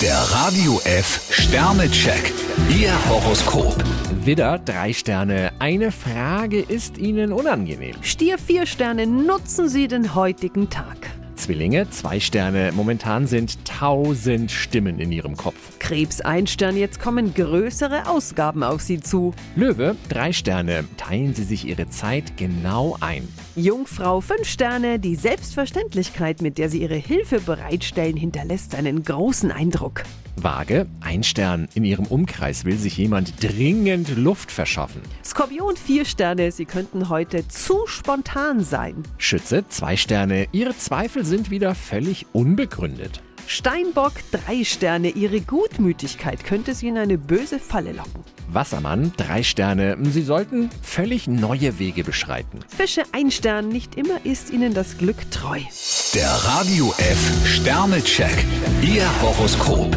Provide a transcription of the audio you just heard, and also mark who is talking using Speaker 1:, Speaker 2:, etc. Speaker 1: Der Radio F Sternecheck. Ihr Horoskop.
Speaker 2: Widder, drei Sterne. Eine Frage ist Ihnen unangenehm.
Speaker 3: Stier vier Sterne, nutzen Sie den heutigen Tag.
Speaker 2: Zwillinge, zwei Sterne. Momentan sind tausend Stimmen in Ihrem Kopf.
Speaker 3: Krebs ein Stern, jetzt kommen größere Ausgaben auf Sie zu.
Speaker 2: Löwe, drei Sterne. Teilen Sie sich Ihre Zeit genau ein.
Speaker 3: Jungfrau fünf Sterne, die Selbstverständlichkeit, mit der Sie Ihre Hilfe bereitstellen, hinterlässt einen großen Eindruck.
Speaker 2: Waage, ein Stern. In Ihrem Umkreis will sich jemand dringend Luft verschaffen.
Speaker 3: Skorpion vier Sterne, Sie könnten heute zu spontan sein.
Speaker 2: Schütze, zwei Sterne. Ihre Zweifel sind wieder völlig unbegründet.
Speaker 3: Steinbock drei Sterne, Ihre Gutmütigkeit könnte Sie in eine böse Falle locken.
Speaker 2: Wassermann, drei Sterne. Sie sollten völlig neue Wege beschreiten.
Speaker 3: Fische ein Stern, nicht immer ist Ihnen das Glück treu.
Speaker 1: Der Radio F Sternecheck. Ihr Horoskop.